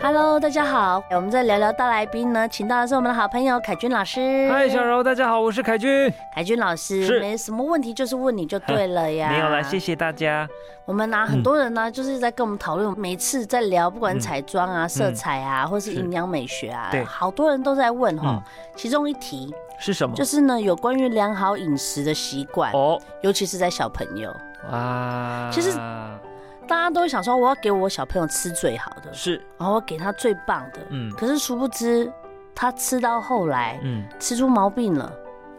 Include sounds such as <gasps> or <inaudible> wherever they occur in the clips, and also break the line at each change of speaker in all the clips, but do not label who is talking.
Hello，大家好，我们在聊聊大来宾呢，请到的是我们的好朋友凯君老师。
嗨，小柔，大家好，我是凯君。
凯君老师，
是
没什么问题，就是问你就对了呀。
<laughs> 没有啦，谢谢大家。
我们呢、很
嗯
多人呢、就是在跟我们讨论，每次在聊，不管彩妆啊、色彩啊，或是
嗯是
营养美学啊
对，嗯
好多人都在问哈。其中一题
是什么
就？是呢，有关于良好饮食的习惯，
哦，
尤其是在小朋友，
哇，
其实大家都想说，我要给我小朋友吃最好的，
是，
然后我给他最棒的。
嗯
可是殊不知，他吃到后来
嗯，
吃出毛病了，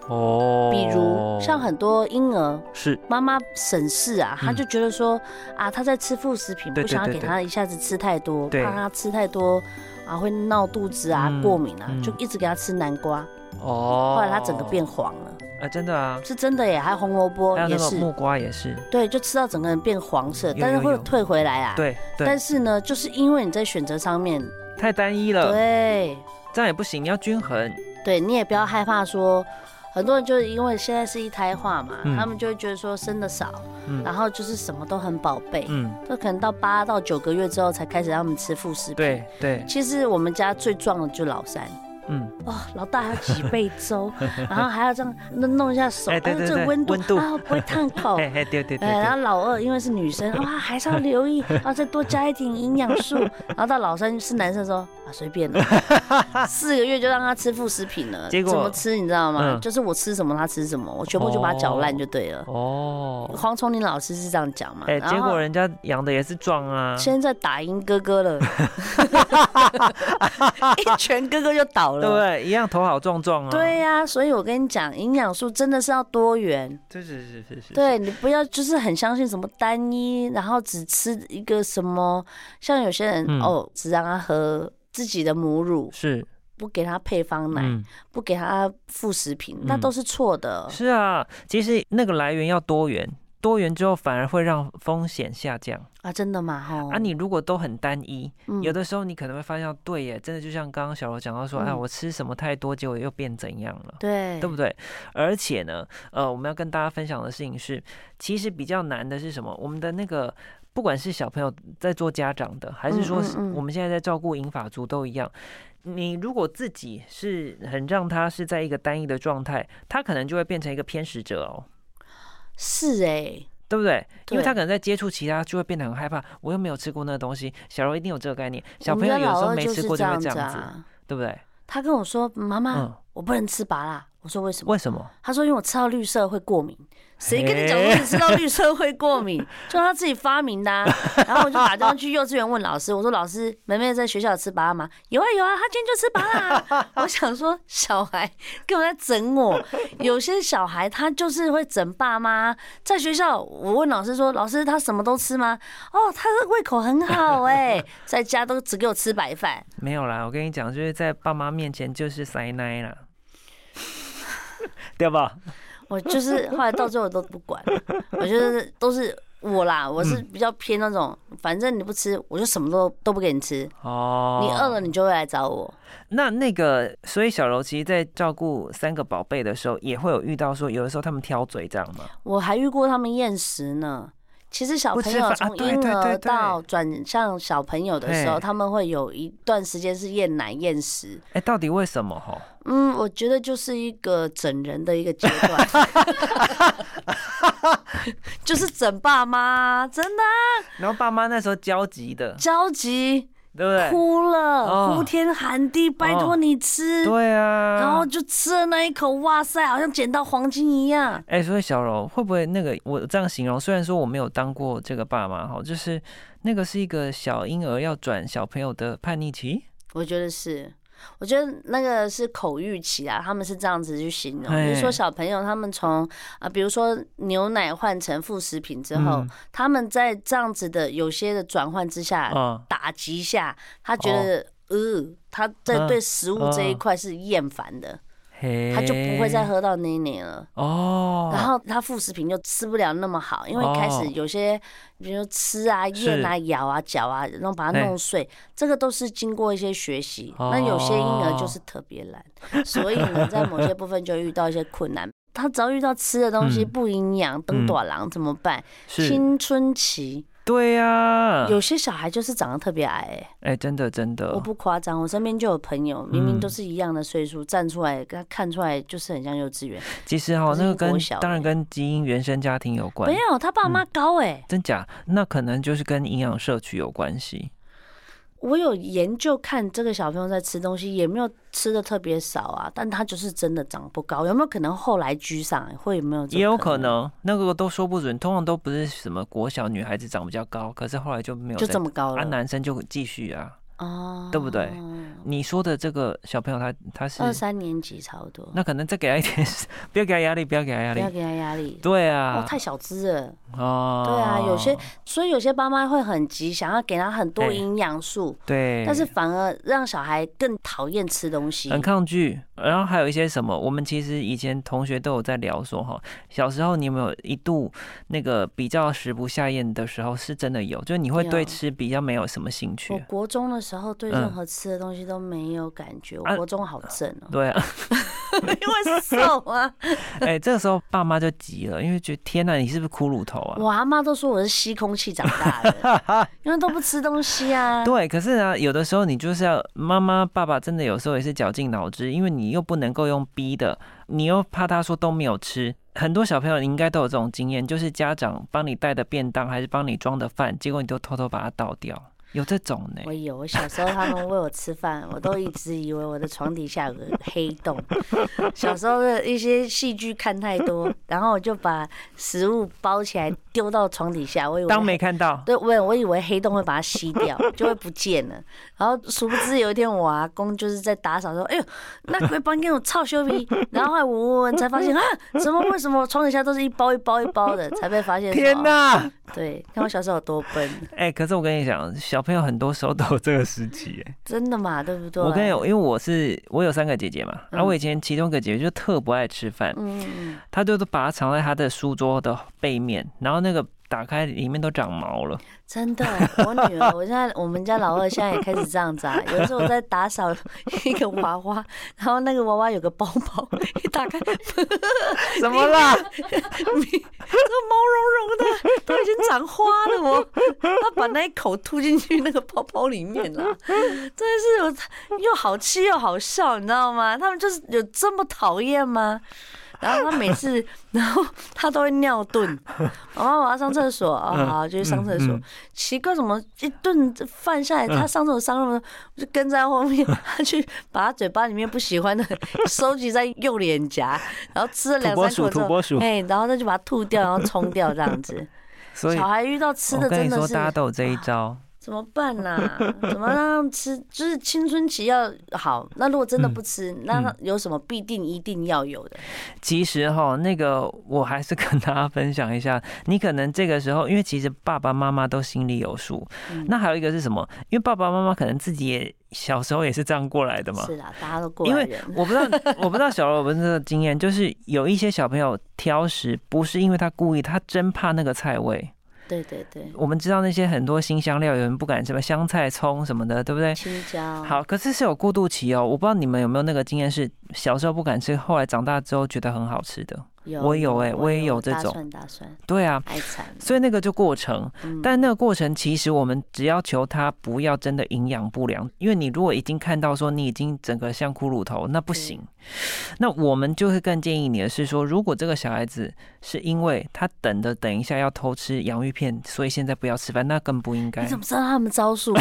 哦，
比如像很多婴儿
是
妈妈省事啊，她
嗯
就觉得说、啊，她在吃副食品，
对
不想要
对
给
对
她一下子吃太多，
对
怕她吃太多啊会闹肚子啊、
嗯
过敏啊，
嗯
就一直给她吃南瓜，
哦，
后来她整个变黄了，
啊，真的啊，
是真的耶，还有红萝卜
还有
也
那个木
是，
瓜也是，
对，就吃到整个人变黄色，
有
但是
有
会
有
退回来啊。
对对
但，是呢，就是因为你在选择上面，
太单一了，
对
这样也不行，你要均衡。
对，你也不要害怕说。很多人就是因为现在是一胎化嘛，
嗯
他们就会觉得说生的少，
嗯
然后就是什么都很宝贝，
嗯，
这可能到八到九个月之后才开始让他们吃副食品。，
对对，
其实我们家最壮的就是老三。
嗯，
哦，老大还要挤背粥，
<laughs>
然后还要这样弄弄一下手，
哎对对
这个
对
温度
温度
啊不会烫
<laughs>
口。
嘿嘿，对对对
哎，然后
对，
老二因为是女
<laughs>
生，哇，还是要留意，然后再多加一点营养素。然后到老三是男生说啊，随便了，
<laughs>
四个月就让他吃副食品了。
结果
怎么吃你知道吗？
嗯
就是我吃什么他吃什么，我全部就把它搅烂就对了。
哦，
黄崇林老师是这样讲嘛？
哎，
然后
结果人家养的也是壮啊，
现在打赢哥哥
<laughs>
了，一拳哥哥就倒
对不
了。
对？一样头好壮壮啊，
对，呀、所以我跟你讲，营养素真的是要多元。
是是是是是，
对你不要就是很相信什么单一，然后只吃一个什么，像有些人、
嗯
哦，只让他喝自己的母乳，
是，
不给他配方奶，
嗯。
不给他副食品，那
嗯
都是错的。
是啊，其实那个来源要多元，多元之后反而会让风险下降。
啊，真的吗？吼，
啊，你如果都很单一，
嗯
有的时候你可能会发现到，对耶，真的就像刚刚小罗讲到说，哎、
嗯
我吃什么太多，结果又变怎样了。
对
对不对？而且呢，呃，我们要跟大家分享的事情是，其实比较难的是什么？我们的那个，不管是小朋友在做家长的，还是说
嗯嗯
是
嗯
我们现在在照顾银发族都一样。你如果自己是很让他是在一个单一的状态，他可能就会变成一个偏食者哦。
是哎、
对不对？因为他
对
可能在接触其他，就会变得很害怕。我又没有吃过那个东西，小柔一定有这个概念。小
我
朋
们
友
家
有
老
时候
二
没
就
吃
是
过就会这
子
样子，
啊。
对不对？
他跟我说：“妈妈，
嗯，
我不能吃拔辣。”我说：“为什么
为什么？？”
他说：“因为我吃到绿色会过敏。”谁跟你讲说你吃到绿色会过敏？ <laughs> 就他自己发明的、啊。然后我就打电话去幼稚园问老师，我说：“老师，梅梅在学校有吃拔辣吗？”有啊有啊，她今天就吃拔辣、啊。我想说，小孩根本在整我。有些小孩他就是会整爸妈。在学校，我问老师说：“老师，他什么都吃吗？”哦，他的胃口很好哎、在家都只给我吃白饭。
没有啦，我跟你讲，就是在爸妈面前就是塞奶啦，对吧？
我就是 <laughs> 后来到最后都不管，我就是都是我啦，我
嗯
是比较偏那种，反正你不吃，我就什么都都不给你吃，
哦，
<laughs> 你饿了。你就会来找我。
那那个，所以小柔其实，在照顾三个宝贝的时候，也会有遇到说，有的时候他们挑嘴这样嘛。
我还遇过他们厌食呢。其实小
不
朋
吃
友
饭啊
从
对
婴
对
儿
对对
到转向小朋友的时候，
嘿
他们会有一段时间是厌奶厌食。
哎，到底为什么吼？
嗯，我觉得就是一个整人的一个阶段，
<laughs>
就是整爸妈，真的啊
然后爸妈那时候焦急的，
焦急。
对不对？
哭了，
哦
呼天喊地，拜托你吃。
对啊。
然后就吃了那一口，哇塞，好像捡到黄金一样。
哎、所以小柔会不会那个我这样形容？虽然说我没有当过这个爸妈哈，就是那个是一个小婴儿要转小朋友的叛逆期，
我觉得是，我觉得那个是口欲期啊，他们是这样子去形容。
哎
比如说小朋友他们从啊，比如说牛奶换成副食品之后，
嗯
他们在这样子的有些的转换之下，
啊、
打击下，他觉得、呃，他在
哦嗯
对食物这一
嗯
块是厌烦的。
嘿
他就不会再喝到奶奶了。
哦。
然后他副食品就吃不了那么好，因为
哦
开始有些，比如说吃啊、咽啊、咬啊、嚼啊，然后把它弄碎，这个都是经过一些学习。
哦
那有些婴儿就是特别懒，所以呢，在某些部分就遇到一些困难。他只要遇到吃的东西
哦嗯
不营养、登短郎怎么办？
是，嗯
青春期
对呀、
有些小孩就是长得特别矮、欸，
哎、真的真的
我，不夸张，我身边就有朋友，明明
嗯
都是一样的岁数，站出来，跟他看出来就是很像幼稚园。
其实哈、
可是
那个
英国
跟
小
当然
欸
跟基因原生家庭有关
没，有，他爸
嗯
妈高哎、欸
真假？那可能就是跟营养摄取有关系。
我有研究看这个小朋友在吃东西，也没有吃的特别少啊，但他就是真的长不高，有没有可能后来居上、会有没有？
也有可。能，那个都说不准。通常都不是什么国小女孩子长比较高，可是后来就没有
就
再
这么高了
啊，男生就继续啊。
哦，
对不对你说的这个小朋友他，他
二
是
三年级差不多，
那可能再给他一点， <laughs> 不要给他压力，不要给他压
不要
力。
给他压力。
对
哦
啊，，
太小只了，
哦，
对啊有些所以有些爸妈会很急，想要给他很多
对
营养素，
对，
但是反而让小孩更讨厌吃东西。
很抗拒。然后还有一些什么，我们其实以前同学都有在聊说哈，小时候你有没有一度那个比较食不下咽的时候，是真的有，就是你会对
有
吃比较没有什么兴趣
我。国中的时候对
嗯
任何吃的东西都没有感觉，
啊
我国中好正
<laughs>
哦、
对啊，
因为瘦啊，
哎、这个时候爸妈就急了，因为觉得天呐，你是不是骷髅头啊？
我阿妈都说我是吸空气长大的，
<laughs>
因为都不吃东西啊。
对，可是呢，有的时候你就是要妈妈、爸爸，真的有时候也是绞尽脑汁，因为你又不能够用逼的，你又怕他说都没有吃。很多小朋友应该都有这种经验，就是家长帮你带的便当还是帮你装的饭，结果你都偷偷把它倒掉，有这种呢
我。有，我小时候他们喂我吃饭，我都一直以为我的床底下有个黑洞。小时候的一些戏剧看太多，然后我就把食物包起来丢到床底下，我以为
当没看到，
对，我我以为黑洞会把它吸掉，就会不见了。然后殊不知有一天我阿公就是在打扫说：“哎呦，那鬼帮给我操修皮。” <laughs> 然后后来我闻闻才发现啊，怎么为什么我床底下都是一包一包一包的？才被发现。
<laughs> 天！呐！
对，看我小时候有多笨，
哎、可是我跟你讲，小朋友很多时候都有这个时期、哎。
真的嘛，对不对？
我跟你讲，因为我是我有三个姐姐嘛，然后我
嗯
以前其中一个姐姐就特不爱吃饭，
嗯，嗯，
她就是把它藏在她的书桌的背面，然后那个打开里面都长
<laughs>
毛了。
嗯真的，我女儿，我现在我们家老二现在也开始这样子啊。有一次我在打扫一个娃娃，然后那个娃娃有个包包，一打开
怎么啦？
你这个毛茸茸的都已经长花了哦，他把那一口吐进去那个包包里面了，真的是有又好气又好笑，你知道吗？他们就是有这么讨厌吗？然后他每次， <laughs> 然后他都会尿遁。妈妈，我要上厕所啊、哦！好，就去上厕所。
嗯嗯
奇怪，怎么一顿饭下来，他上厕所上那么多，我就跟在后
<laughs>
面，他去把他嘴巴里面不喜欢的收集在右脸颊，然后吃了 <laughs> 两
土拨
三
鼠，
口之
土
后，
拨鼠。
哎，然后再就把它吐掉，然后冲掉这样子。
<laughs> 所以
小孩遇到吃
我
的
跟
真
你
的
说，
是
大家都有这一招。
怎么办啦、怎么让他们吃？就是青春期要好，那如果真的
嗯
不吃，那他有什么必定一定要有的？
其实哈，那个我还是跟大家分享一下，你可能这个时候，因为其实爸爸妈妈都心里有数。
嗯
那还有一个是什么？因为爸爸妈妈可能自己也小时候也是这样过来的嘛。
是啦，大家都过
因
来
为
人。
我不知道，我不知道小罗文的经验，就是有一些小朋友挑食，不是因为他故意，他真怕那个菜味。
对对对，
我们知道那些很多新香料，有人不敢什么香菜、葱什么的，对不对？
青椒。
好，可是是有过渡期哦。我不知道你们有没有那个经验，是小时候不敢吃，后来长大之后觉得很好吃的。
有，
我有欸我也有这
大
种
蒜大蒜
对啊，
爱惨，
所以那个就过程。
嗯
但那个过程其实我们只要求它不要真的营养不良，因为你如果已经看到说你已经整个像骷髅头，那不行。那我们就会更建议你的是说，如果这个小孩子是因为他等着等一下要偷吃洋芋片，所以现在不要吃饭，那更不应该
你，怎么知道他们招
<laughs>
数？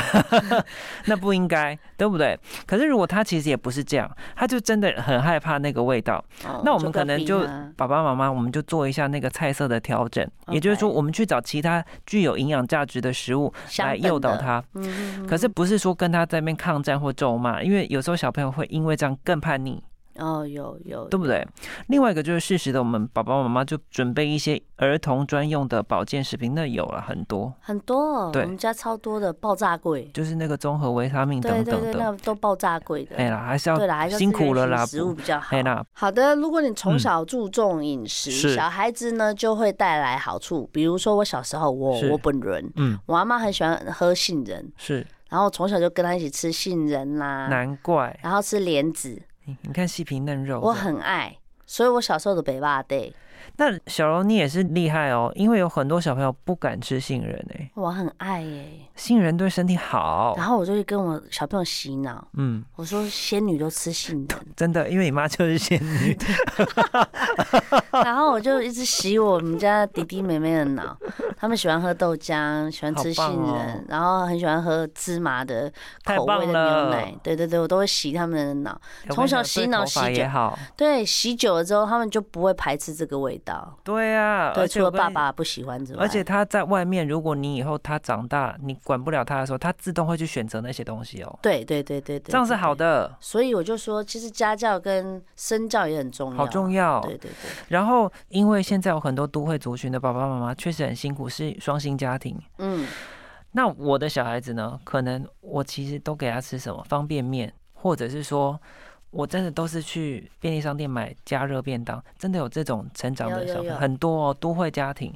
那不应该，对不对？可是如果他其实也不是这样，他就真的很害怕那个味道。
哦
那我们可能就
隔壁啊
爸爸妈妈，我们就做一下那个菜色的调整，也就是说，
OK
我们去找其他具有营养价值的食物
相
来
等
诱导
的。
他。
嗯，
可是不是说跟他在那边抗战或咒骂，因为有时候小朋友会因为这样更叛逆，
哦，有有，
对不对？另外一个就是适时的，我们爸爸妈妈就准备一些儿童专用的保健食品，那有了很多，
很多，哦我
对
们家超多的爆炸柜，
就是那个综合维他命
对
等
对
等
对，
的。
那都爆炸柜的。
哎啦，还是
对啦，还
要
是要
辛苦了啦，
自愿性食物
不
比较好
哎。啦，
好的，如果你从
嗯
小注重饮食，
是
小孩子呢就会带来好处。比如说我小时候，我
是
我本人，
嗯，
我阿妈很喜欢喝杏仁，
是
然后从小就跟她一起吃杏仁啦、
难怪
然后吃莲子，
你你看细皮嫩肉的。
我很爱，所以我小时候的北霸 day
那小柔你也是厉害哦，因为有很多小朋友不敢吃杏仁诶、
我很爱耶、
杏仁对身体好
然。后我就去跟我小朋友洗脑，
嗯，
我说仙女都吃杏仁，
真的，因为你妈就是仙女。
<laughs> 然后我就一直洗我们家弟弟妹妹的脑，他们喜欢喝豆浆，喜欢吃
好棒
杏
哦
仁，然后很喜欢喝芝麻的
太
<laughs> 口味的
棒了
牛奶，对对对，我都会洗他们的脑。从小洗脑
对头发
洗
也
久
好。
对，洗久了之后，他们就不会排斥这个味道。
对啊，
对，
而且
除了
我跟
爸
你。
爸不喜欢之外，
而且他在外面，如果你以后他长大，你管不了他的时候，他自动会去选择那些东西哦，
对对对对对，
这样是
对对
好。的，
所以我就说，其实家教跟身教也很重要，
好重要。
对对对，
然后，因为现在有很多都会族群的爸爸妈妈确实很辛苦，是双薪家庭。
嗯，
那我的小孩子呢，可能我其实都给他吃什么方便面，或者是说我真的都是去便利商店买加热便当，真的有这种成长的
有有
小朋友
有
很多哦，都会家庭。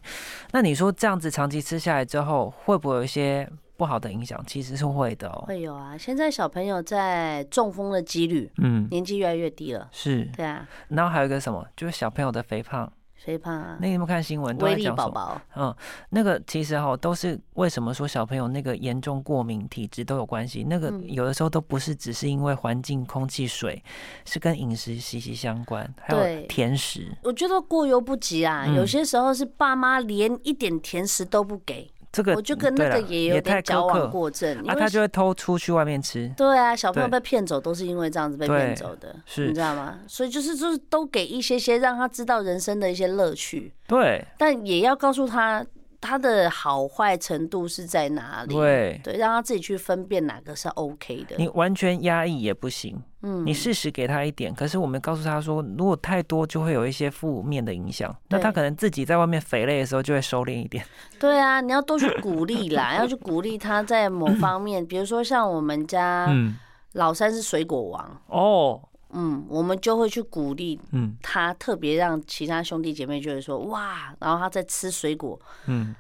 那你说这样子长期吃下来之后，会不会有一些不好的影响？其实是会的哦。
会有啊。现在小朋友在中风的几率
嗯，
年纪越来越低了，
是。
对啊，
然后还有一个什么，就是小朋友的肥胖。
肥胖啊
那，你有没有看新闻？都
威
在
力
讲
宝
什么？
宝，
嗯，那个其实哈都是为什么说小朋友那个严重过敏体质都有关系，那个
嗯
有的时候都不是只是因为环境、空气、水，是跟饮食息息相关，还
对
有甜食，
我觉得过犹不及啊。
嗯
有些时候是爸妈连一点甜食都不给，
这个
我就跟那
对
个
啦
也有
太
点矫
苛刻
枉过正，因
啊，
为
他就会偷出去外面吃，
对啊，小朋友
对
被骗走都是因为这样子被
对
骗走的，
是
你知道吗？所以就是就是都给一些些让他知道人生的一些乐趣，
对
但也要告诉他他的好坏程度是在哪里，
对，
对，让他自己去分辨哪个是 OK 的。
你完全压抑也不行，
嗯
你适时给他一点，可是我们告诉他说，如果太多就会有一些负面的影响，那他
对
可能自己在外面肥累的时候就会收敛一点，
对啊，你要多去鼓励啦，
<laughs>
要去鼓励他在某方面，比如说像我们家
嗯，
老三是水果王，
哦，
嗯，我们就会去鼓励
嗯
他，特别让其他兄弟姐妹觉得说哇，然后他在吃水果，
嗯。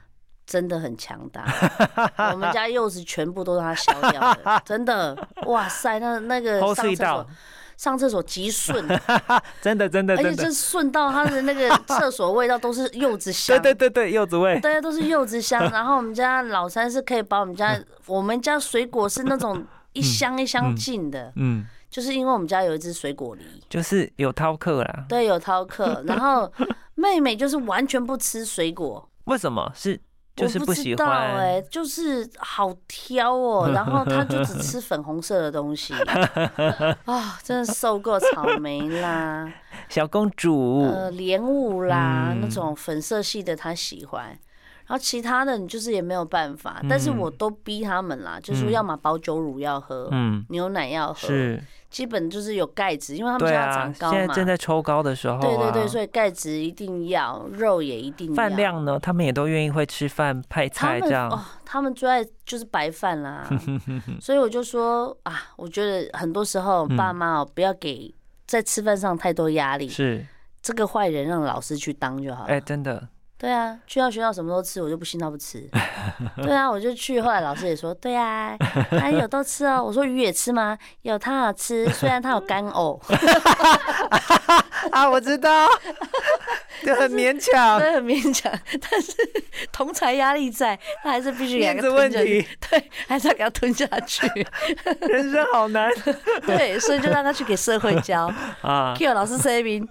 真的很强大，我们家柚子全部都是他削掉的，真的，哇塞，那那个
齁
呃上
碎
厕所
到
上厕所极
<laughs>
顺，
真的，真的，
而且
真
这
的，
顺到他的那
<laughs>
个厕所味道都是柚子香
对，对对对，柚子味，
大家都是柚子香。然后我们家老三是可以把我们家我们家水果是那种
<laughs>
一箱一箱进的，
嗯嗯，
就是因为我们家有一只水果梨，
就是有饕客啦。
对，有饕客，然后妹妹就是完全不吃水果，
为什么是就是
我
不
不
喜
知道哎、
欢？
就是好挑哦，然后他就只
<laughs>
吃粉红色的东西，啊、真的受够草莓
<laughs>
啦，
小公主
呃，莲雾啦、
哦嗯
那种粉色系的他喜欢，然后其他的你就是也没有办法，但是我都逼他们啦，就是
嗯
要么保酒乳要喝，
嗯，
牛奶要喝，
是，
基本就是有钙质，因为呃他们
对
现在
啊
长，高
现在
嘛，
正在抽高的时候
对对
啊，
对，所以钙质一定要，肉也一定要，
饭量呢，他们也都愿意会吃饭配
他
菜
们
这样
哦，他们最爱就是白饭
<laughs>
啦，所以我就说啊，我觉得很多时候
嗯
爸妈哦，不要给在吃饭上太多压力，
是，
这个坏人让老师去当就好了。
哎，真的，
对啊，去到学校什么都吃，我就不信他不
<laughs>
吃。对啊，我就去，后来老师也说，对啊，他有都吃
<laughs>
哦。我说鱼也吃吗？有，他有吃，虽然他有干
<laughs>
呕，
啊，我知
<laughs>
道，就很勉强，
对，很勉强，但是同才压力在，他还是必须给
面
他
子问
吞下去，
题， <laughs>
对，还是要给他吞下去。
人生好难
对，所以就让他去给社会
<laughs>
教。
啊，
Q 老师 C 名，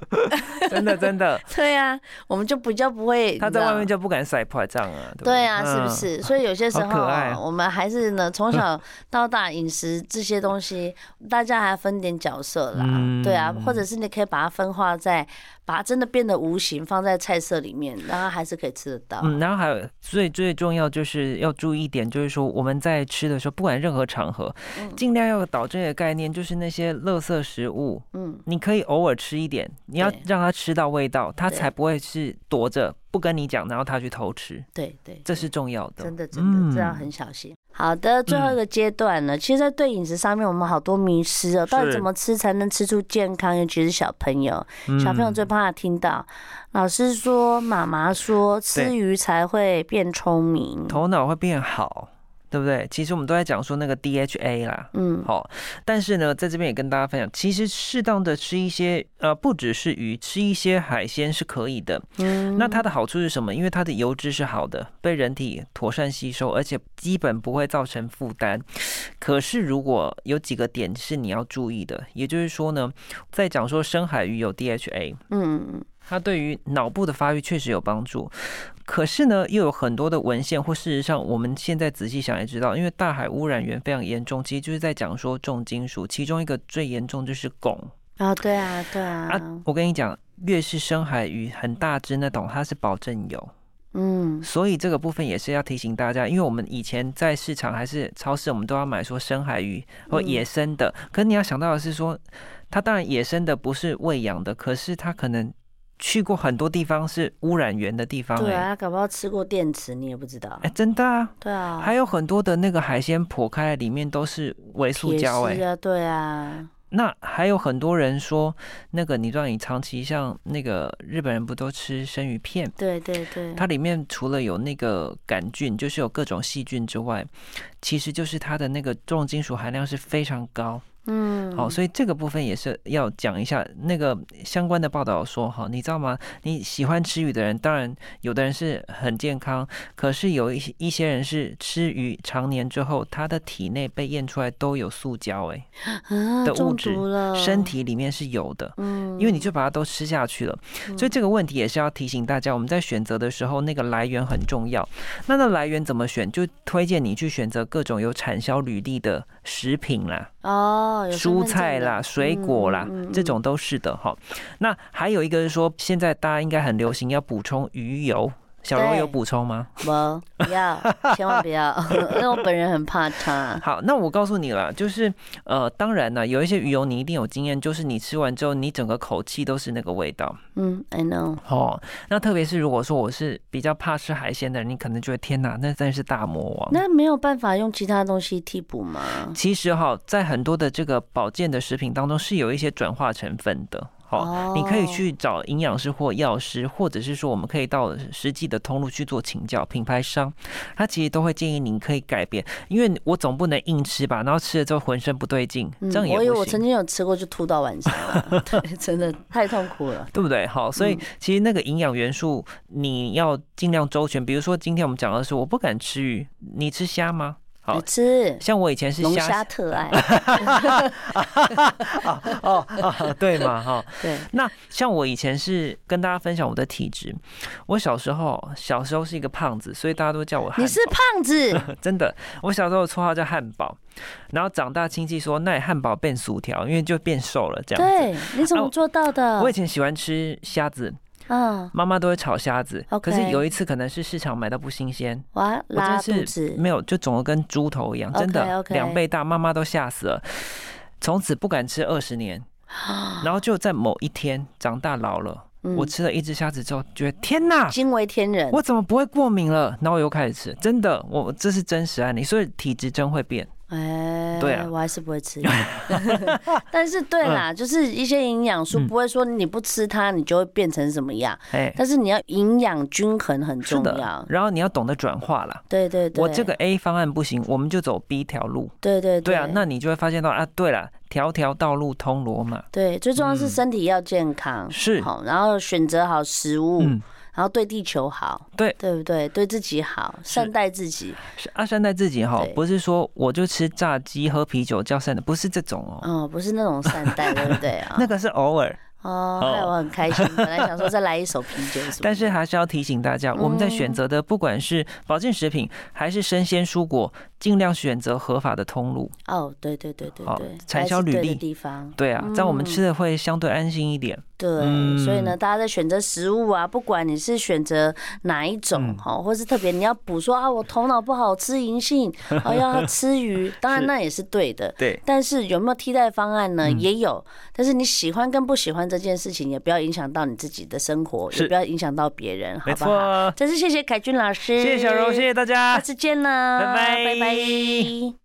真的真的，
对啊，我们就比较不会。
他
<laughs> 你知
在
道
外面就不敢晒破账啊，不
对啊，是不？
嗯
是？所以有些时
好
候
可爱
啊，
哦
我们还是呢，从
<laughs>
小到大饮食这些东西，大家还分点角色啦。
嗯
对啊，或者是你可以把它分化在把它真的变得无形，放在菜色里面，然后还是可以吃得到。
嗯，然后还有最最重要就是要注意一点，就是说我们在吃的时候，不管任何场合，
嗯
尽量要导正一个概念，就是那些垃圾食物，
嗯，
你可以偶尔吃一点，你要
对
让它吃到味道，它
对
才不会是躲着不跟你讲，然后它去偷吃，
对对，
这是重要的。
真的真
嗯
的，这样很小心。好的，最后一个阶段呢，其实，在对饮食上面，我们好多迷失哦，到底
是
怎么吃才能吃出健康？尤其是小朋友，
嗯
小朋友最怕听到老师说、妈妈说，吃
对
鱼才会变聪明。
头脑会变好，对不对？其实我们都在讲说那个 DHA 啦。
嗯，
好，但是呢，在这边也跟大家分享，其实适当的吃一些，呃，不只是鱼，吃一些海鲜是可以的。
嗯
那它的好处是什么？因为它的油脂是好的，被人体妥善吸收，而且基本不会造成负担。可是如果有几个点是你要注意的，也就是说呢，在讲说深海鱼有 DHA，
嗯
它对于脑部的发育确实有帮助。可是呢，又有很多的文献，或事实上，我们现在仔细想也知道，因为大海污染源非常严重，其实就是在讲说重金属，其中一个最严重就是汞
啊，对啊，对啊，
啊。我跟你讲，越是深海鱼很大只那种，它是保证有，
嗯，
所以这个部分也是要提醒大家，因为我们以前在市场还是超市，我们都要买说深海鱼或
嗯
野生的，可你要想到的是说，它当然野生的不是喂养的，可是它可能去过很多地方是污染源的地方、
对
哎
啊，搞不好吃过电池，你也不知道
哎、。真的啊，
对啊，
还有很多的那个海鲜剖开来里面都是微塑
铁
胶、
丝
哎，
啊，对啊，
那还有很多人说，那个你让你长期像那个日本人不都吃生鱼片？
对对对，
它里面除了有那个杆菌，就是有各种细菌之外，其实就是它的那个重金属含量是非常高。
嗯，
好，所以这个部分也是要讲一下。那个相关的报道有说，哈，你知道吗？你喜欢吃鱼的人，当然有的人是很健康，可是有一些一些人是吃鱼常年之后，他的体内被验出来都有塑胶、欸，
啊
的物
中
质
毒了，
身，体里面是有的。
嗯，
因为你就把它都吃下去了，所以这个问题也是要提醒大家，我们在选择的时候，那个来源很重要。那那来源怎么选？就推荐你去选择各种有产销履历的食品啦、
哦，有身
蔬
份证
菜
的
啦、水果啦
嗯嗯嗯，
这种都是的哈。那还有一个是说，现在大家应该很流行要补充鱼油。小柔
对
有补充吗？
不不
<laughs>
要，千万不要， <laughs> 因为我本人很怕它。
好，那我告诉你了，就是呃，当然呢，有一些鱼油你一定有经验，就是你吃完之后，你整个口气都是那个味道。
嗯，I know，
哦，那特别是如果说我是比较怕吃海鲜的人，你可能觉得天哪，那真是大魔王。
那没有办法用其他东西替补吗？
其实哈、在很多的这个保健的食品当中是有一些转化成分的。好、
哦
你可以去找营养师或药师，或者是说我们可以到实际的通路去做请教品牌商，他其实都会建议你可以改变，因为我总不能硬吃吧，然后吃了之后浑身不对劲，
嗯
这样也
我以为
不
我
行
曾。经有吃过，就吐到晚上
<laughs>
了，对，真的太痛苦了。
对不对？好，所
嗯
以其实那个营养元素你要尽量周全。比如说今天我们讲的是我不敢吃鱼，你吃虾吗？好
好吃
像我以前是
龙
虾
虾特
<laughs>
爱，
哦、啊，对嘛哈、 <laughs>
对，
那像我以前是跟大家分享我的体质，我小时候小时候是一个胖子，所以大家都叫我汉堡
你是胖子，
<laughs> 真的，我小时候的绰号叫汉堡，然后长大亲戚说那你汉堡变薯条，因为就变瘦了这样子。
对，你怎么做到的
啊我以？前喜欢吃虾子，
啊，
妈妈都会炒虾子
OK
可是有一次可能是市场买到不新鲜，
哇，
我真
拉肚
的是
子，
没有，就肿得跟猪头一样，真的
OK，OK
两倍大，妈妈都吓死了。从此不敢吃二十
<gasps>
年，然后就在某一天长大老了，
嗯
我吃了一只虾子之后，觉得天哪，
惊为天人。
我怎么不会过敏了？然后我又开始吃，真的，我这是真实案例，所以体质真会变。
哎，
对啊
我还是不会
<laughs>
吃 <laughs> 药。但是对啦，就是一些营养素
嗯
不会说你不吃它，你就会变成什么样。
哎，
但是你要营养均衡很
是
重
的
要，。
然后你要懂得转化啦。
对对对，
我这个 A 方案不行，我们就走 B 条路。
对对
对啊，那你就会发现到啊，对了，条条道路通罗马。
对最重要是身体要健康，
嗯是
好，然后选择好食物，
嗯，
然后对地球好，
对
对不对？对自己好，善待自己。
是啊，善待自己哈
对，
不是说我就吃炸鸡、喝啤酒叫善待，不是这种哦，
嗯，不是那种善待，对
<laughs>
不对啊？
那个是偶尔。
哦，
哦
害我很开心，本来想说再来一手啤酒什么的，
<laughs> 但是还是要提醒大家，我们在选
嗯
择的不管是保健食品还是生鲜蔬果，尽量选择合法的通路。
哦，对对对对
好
对，
产
还
销
是
履
对的
历
地方，
对啊，这样我
嗯
们吃的会相对安心一点。
对，
嗯
所以呢，大家在选择食物啊，不管你是选择哪一种
嗯
哈、或是特别你要补说啊，我头脑不好吃银
<laughs>
杏，哦要吃鱼，当然
是
那也是对的。
对，
但是有没有替代方案呢？
嗯
也有，但是你喜欢跟不喜欢这件事情，也不要影响到你自己的生活，也
是
不要影响到别人，好
没
不好？
错。
真是谢谢凯君老师，
谢谢小柔，谢谢大
下
家。
次见了，
拜拜
拜拜